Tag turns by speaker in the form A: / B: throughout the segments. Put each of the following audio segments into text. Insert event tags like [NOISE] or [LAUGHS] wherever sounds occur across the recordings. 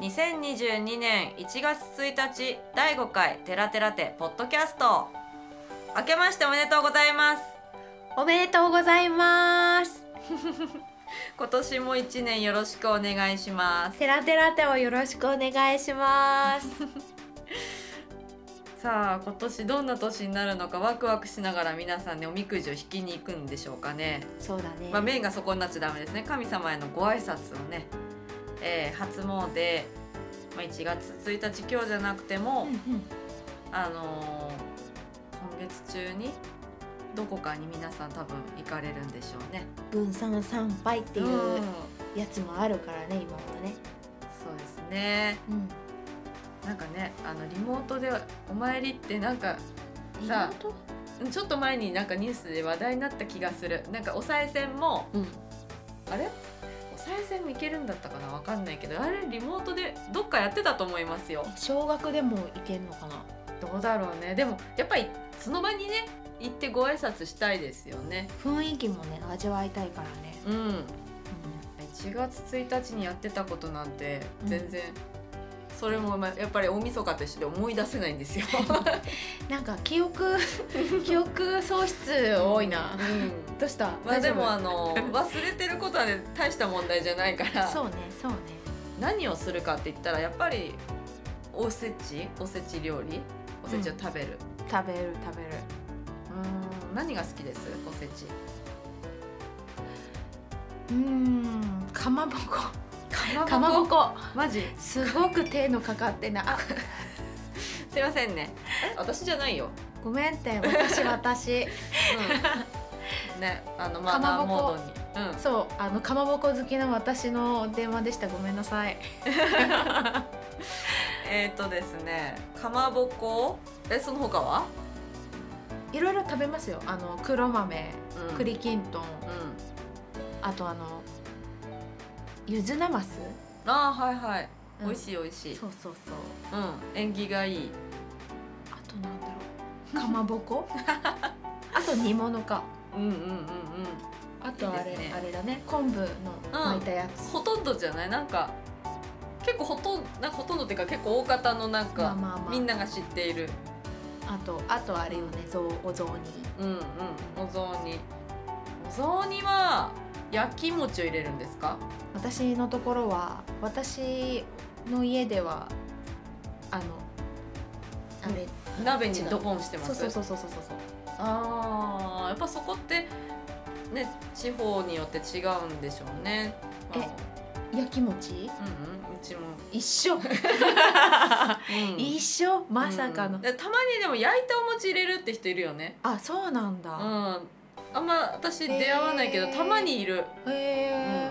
A: 2022年1月1日第5回テラテラテポッドキャスト明けましておめでとうございます
B: おめでとうございます
A: 今年も1年よろしくお願いします
B: テラテラテをよろしくお願いします
A: さあ今年どんな年になるのかワクワクしながら皆さんねおみくじを引きに行くんでしょうかね
B: そうだね、
A: まあ、メインがそこになっちゃダメですね神様へのご挨拶をね、えー初詣、まあ、1月1日今日じゃなくても、
B: うんうん
A: あのー今月中にどこかに皆さん多分行かれるんでしょうね。
B: 分散参拝ってい
A: うん
B: うやつもあるからね今はね、
A: そうですねなんかねあのリモートでお参りってなんか
B: うん、
A: さあちょっと前になんかニュースで話題になった気がするなんかお賽銭も
B: うん
A: あれお賽銭も行けるんだったかなわかんないけどあれリモートでどっかやってたと思いますよ。
B: 小学でも行けるのかな
A: どうだろうねでもやっぱりその場にね行ってご挨拶したいですよね。
B: 雰囲気もね味わいたいからね、
A: うん
B: う
A: 1月1日にやってたことなんて
B: うん
A: 全然、それもまやっぱり大晦日と一緒で思い出せないんですよ。
B: んなんか記 [LAUGHS] 憶記憶喪失 [LAUGHS] 多いな、
A: うん
B: どうした
A: まあ
B: 大丈
A: で
B: 夫
A: もあ
B: [LAUGHS]
A: の忘れてることはね大した問題じゃないから
B: そうねそうね
A: 何をするかって言ったらやっぱりおせちおせち料理おせちを食べる、
B: 食べる食べる
A: うーん何が好きですおせち
B: うーんかまぼこ
A: か
B: か
A: ま
B: ま
A: ぼ
B: ぼ
A: こ
B: こ
A: マジ
B: すごく手のかかってなあ
A: すいませんねえ私じゃないよ、
B: ごめんって私私 [LAUGHS]
A: うん、ねあのマナー
B: かまぼこ
A: モードに、うん、
B: そうあのかまぼこ好きな私の電話でしたごめんなさい
A: えっ、ー、とですねかまぼこえその他はい
B: ろいろ食べますよあの黒豆
A: うん
B: 栗きんとん
A: うん
B: あとあのゆずなます
A: あーはいはい、
B: うん
A: 美味しい美味しい
B: そうそうそう
A: うん縁起がいい
B: あとなんだろうかまぼ
A: [LAUGHS]
B: こあと煮物か
A: うんうんうんうん
B: あとあれ
A: いいですね
B: あれだね昆布の巻いたやつ、
A: ほとんどじゃないなんか結構ほとんなんかほとんどっていうか結構大方のなんか、
B: まあまあまあ
A: みんなが知っている
B: あとあとあれよねぞうお雑煮
A: うんうんお雑煮お雑煮は焼き餅を入れるんですか
B: 私のところは私の家ではあのあれ
A: 鍋にドボンしてま
B: そう
A: す
B: そうそうそうそうそう
A: あーやっぱそこってね地方によって違うんでしょうね、まあ
B: 焼き餅
A: うんうんうちも、
B: 一緒
A: うん
B: 一緒まさかの、
A: うんでたまにでも焼いたお餅入れるって人いるよね
B: あそうなん
A: うん
B: だ、
A: あんま私出会わないけど、
B: へー
A: たまにいる
B: へえ、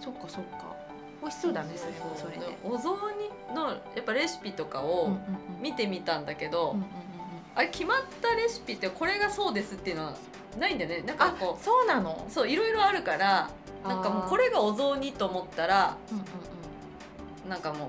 A: う
B: そっかそっか美味しそうだねそれもそれで
A: でお雑煮のやっぱレシピとか
B: うんうん
A: を
B: うん
A: 見てみたんだけど、
B: うんうんうんうん
A: あれ決まったレシピってこれがそうですっていうのはないんだよねなんか
B: あ
A: こ
B: そうなの
A: うそういろいろあるからなんかもうこ、れがお雑煮と思ったら
B: あーうんうんうん、
A: なんかもう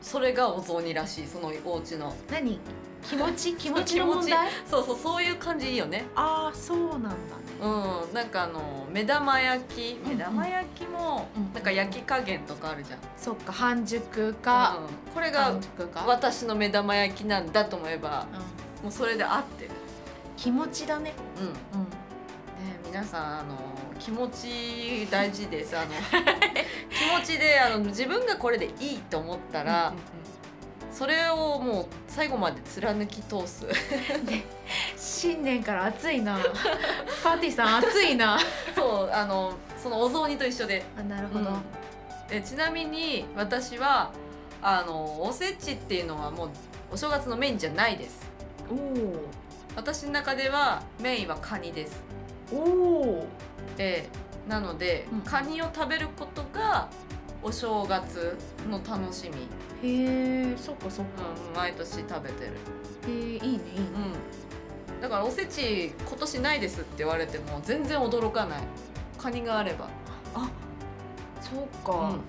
A: それがお雑煮らしいそのお家の
B: 何気持
A: [LAUGHS]
B: ち気持ちの問題
A: そうそうそういう感じいいよね
B: ああそうなんだね、
A: うん、なんかあの目玉焼き
B: んう
A: 目
B: ん
A: 玉焼きも、
B: うん
A: なんか焼き加減とかあるじゃん、
B: そっか半熟か、
A: うんこれが
B: 半熟か、
A: 私の目玉焼きなんだと思えば
B: うん、
A: もうそれで合ってる、
B: 気持ちだね、
A: うんね、
B: うん、
A: 皆さんあの気持ち大事です [LAUGHS] あの気持ちであの自分がこれでいいと思ったら、それをもう最後まで貫き通す
B: 新年から暑いな [LAUGHS] パーティーさん暑いな
A: そうあのそのお雑煮と一緒で
B: あなるほど、
A: うんえちなみに私はあのおせちっていうのはもうお正月のメインじゃないです私の中ではメインはカニです
B: おお
A: でなので、
B: うん
A: カニを食べることがお正月の楽しみ、
B: へえそっかそっか、
A: うん、毎年食べてる、
B: へえいいねいいね
A: うん、だからおせち今年ないですって言われても全然驚かないカニがあれば
B: そう
A: う
B: か、
A: ん、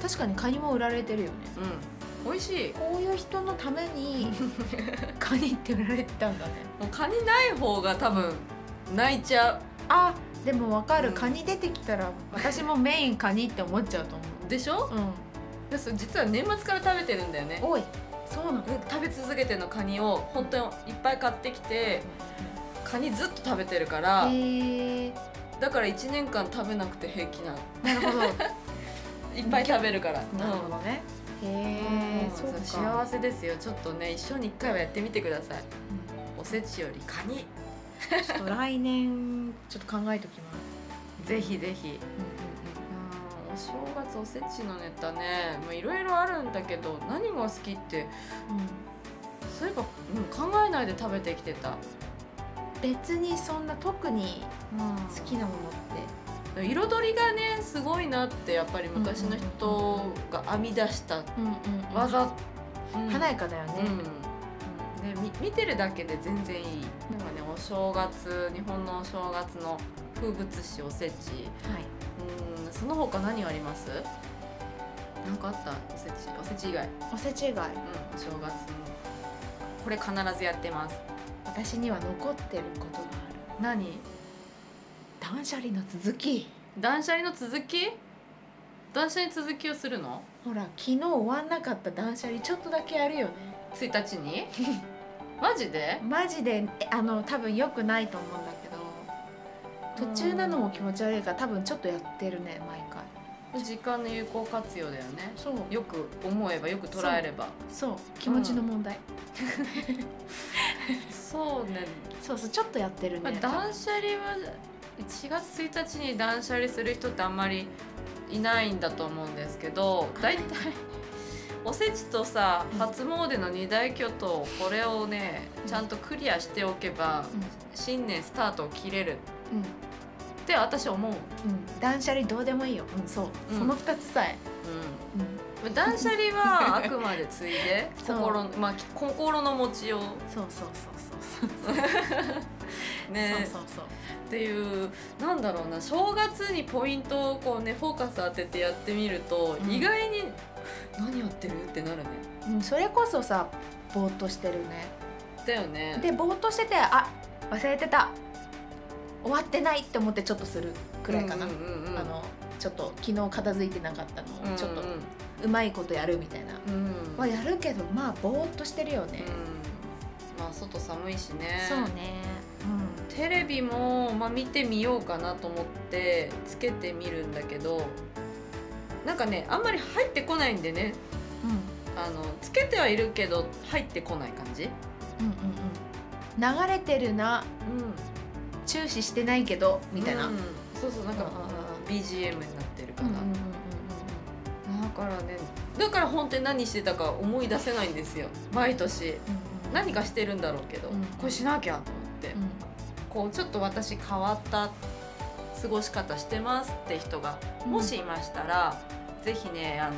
B: 確かにカニも売られてるよね
A: うん、美味しい
B: こういう人のために [LAUGHS] カニって売られてたんだね
A: もうカニない方が多分泣いちゃ
B: あでもわかる、
A: うん
B: カニ出てきたら私もメインカニって思っちゃうと思
A: うでしょ
B: ううん
A: でそれ実は年末から食べてるんだよね
B: 多いそうなの
A: で食べ続けてのカニを本当にいっぱい買ってきてカニずっと食べてるから
B: へえ
A: だから1年間食べなくて平気なの
B: なるほど
A: いっぱい食べるから
B: なるほどねへえ
A: うん
B: そうか
A: 幸せですよちょっとね一生に1回はやってみてください
B: うん
A: おせちよりカニ
B: ちょっと来年ちょっと考えときます
A: ぜひぜひうんお正月おせちのネタねまあいろいろあるんだけど何が好きって
B: うんうんうん
A: そういえば、うん、考えないで食べてきてた、
B: 別にそんな特に好
A: 好
B: き
A: き
B: なものって
A: 彩りがねすごいなってやっぱり昔の人が編み出した
B: うんうん
A: 技、うん
B: 華やかだよね
A: うん、でみ見てるだけで全然いいなんかねお正月日本のお正月の風物詩おせち
B: はい
A: うんその他何ありますなんかあったおせちおせち以外うん
B: おせち以外
A: お正月のこれ必ずやってます
B: 私には残ってることがある
A: 何
B: 断捨離の続き
A: 断捨離の続き断捨離続きをするの
B: ほら昨日終わんなかった断捨離ちょっとだけあるよね
A: 1日 [LAUGHS] にマジで
B: マジでえあの多分良くないと思うんだけど途中なのも気持ち悪いから多分ちょっとやってるね毎回
A: 時間の有効活用だよね
B: そう
A: よく思えばよく捉えれば
B: そう気持ちの問題、
A: そうね
B: そうそうちょっとやってる
A: まあ
B: ね、
A: 断捨離は1月1日に断捨離する人ってあんまりいないんだと思うんですけど大体おせちとさ
B: うん
A: 初詣の二大巨頭これをねちゃんとクリアしておけば新年スタートを切れる
B: うん
A: って私思う、
B: うん、うん、断捨離どうでもいいよ、うん、そう、
A: うん
B: その2つさえ、うん、
A: うん、断捨離はあくまでついで
B: [LAUGHS] そう
A: 心,、まあ、心の持ちよ
B: そうそうそうそうそう、
A: う、ね、
B: そうそうそう
A: っていうなんだろうな正月にポイントをこうねフォーカス当ててやってみると、
B: うん
A: 意外に何やってるってなるね
B: うん、それこそさぼーっとしてるね
A: だよね
B: でぼーっとしててあ忘れてた終わってないって思ってちょっとするくらいかな、
A: うんうんうんうん
B: あのちょっと昨日片付いてなかった
A: うんうん
B: の
A: う
B: を
A: ん
B: ちょっとうまいことやるみたいな、
A: うん
B: まあ、やるけどまあぼーっとしてるよね、
A: まあ外寒いしね
B: そうね
A: テレビも、まあ、見てみようかなと思ってつけてみるんだけどなんかねあんまり入ってこないんでね
B: うんうん
A: あのつけてはいるけど入ってこない感じ、うん、
B: うんうんうん流れてるな注視してないけどみたいな、
A: う
B: うん
A: んそうそうなんか
B: うんうんうん
A: BGM になってるか
B: うんうん
A: な、だからねだから本当に何してたか思い出せないんですよ毎年何かしてるんだろうけど、
B: うん
A: これしなきゃと思って、
B: うん
A: こうちょっと私変わった過ごし方してますって人が
B: うん
A: もしいましたら、ぜひねあの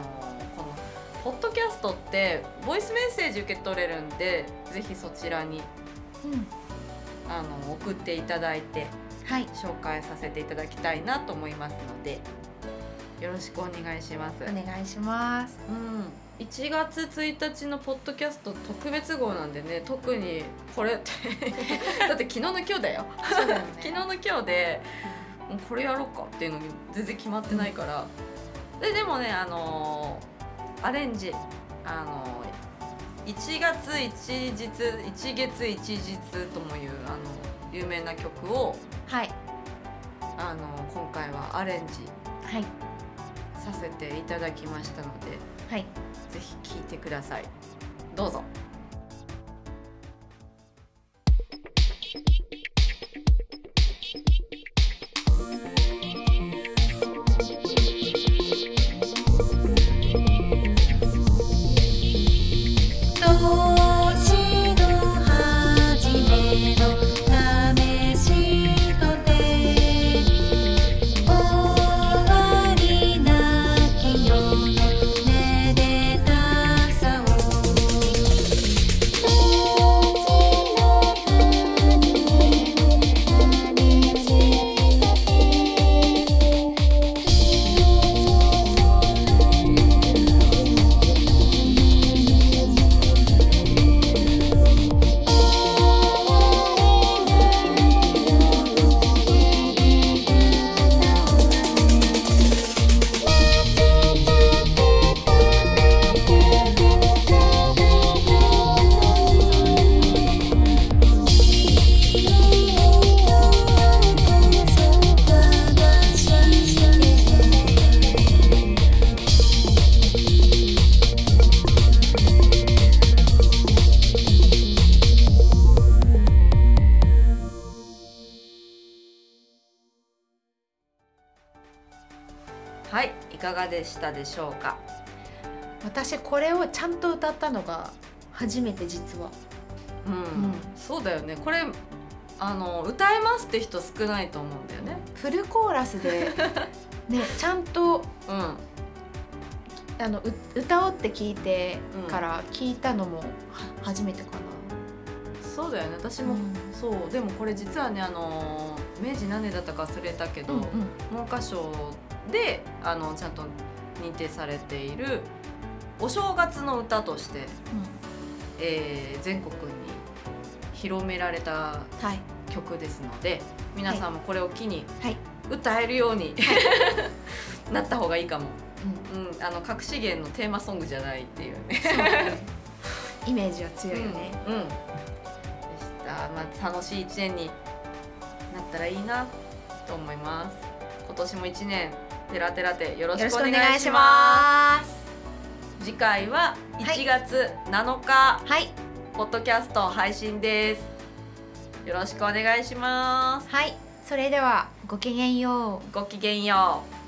A: このポッドキャストってボイスメッセージ受け取れるんでぜひそちらに
B: うん
A: あの送っていただいて
B: はい
A: 紹介させていただきたいなと思いますのでよろしくお願いします。
B: お願いします
A: うん、1月1日のポッドキャスト特別号なんでね特にこれって [LAUGHS] だって昨日の今日だよ
B: そう [LAUGHS] だよね
A: 昨日の今日でもうこれやろうかっていうの全然決まってないから、ででもねあのーアレンジあのー1月1日1月1日ともいうあの有名な曲を
B: はい
A: あのー今回はアレンジ
B: はい
A: させていただきましたので
B: はい
A: ぜひ聞いてください。どうぞ。
C: 年の初めの試しとて終わりなき世のめでたさを
A: かでしたでしょうか
B: 私これをちゃんと歌ったのが初めて実は
A: うん、
B: ん
A: そうだよねこれあの歌えますって人少ないと思うんだよね
B: フルコーラス [LAUGHS] でねちゃんと
A: うん
B: あのう歌おうって聞いてから聞いたのもは初めてか
A: そうだよね私
B: な、
A: も、
B: うん
A: そうでもこれ実はねあの明治何年だったか忘れたけど、
B: うんうん
A: 文科省であのちゃんと認定されているお正月の歌として、えー全国に広められた
B: はい
A: 曲ですので皆さんもこれを機に
B: はい
A: 歌えるよう [LAUGHS] に、なった方がいいかも、
B: うん
A: うん、あの隠し源のテーマソングじゃないっていうね。
B: そうねイメージは強いよね、
A: うん、うんでした、まあ、楽しい1年になったらいいなと思います今年も1年てらてらてよろし
B: よろ
A: く
B: し
A: お
B: くお
A: 願いし
B: 願
A: ま
B: い
A: す
B: します
A: 次回は1月7日、
B: はい
A: ポッドキャスト配信ですよろしくお願いします
B: はいそれではごきげんよう
A: ごきげんよう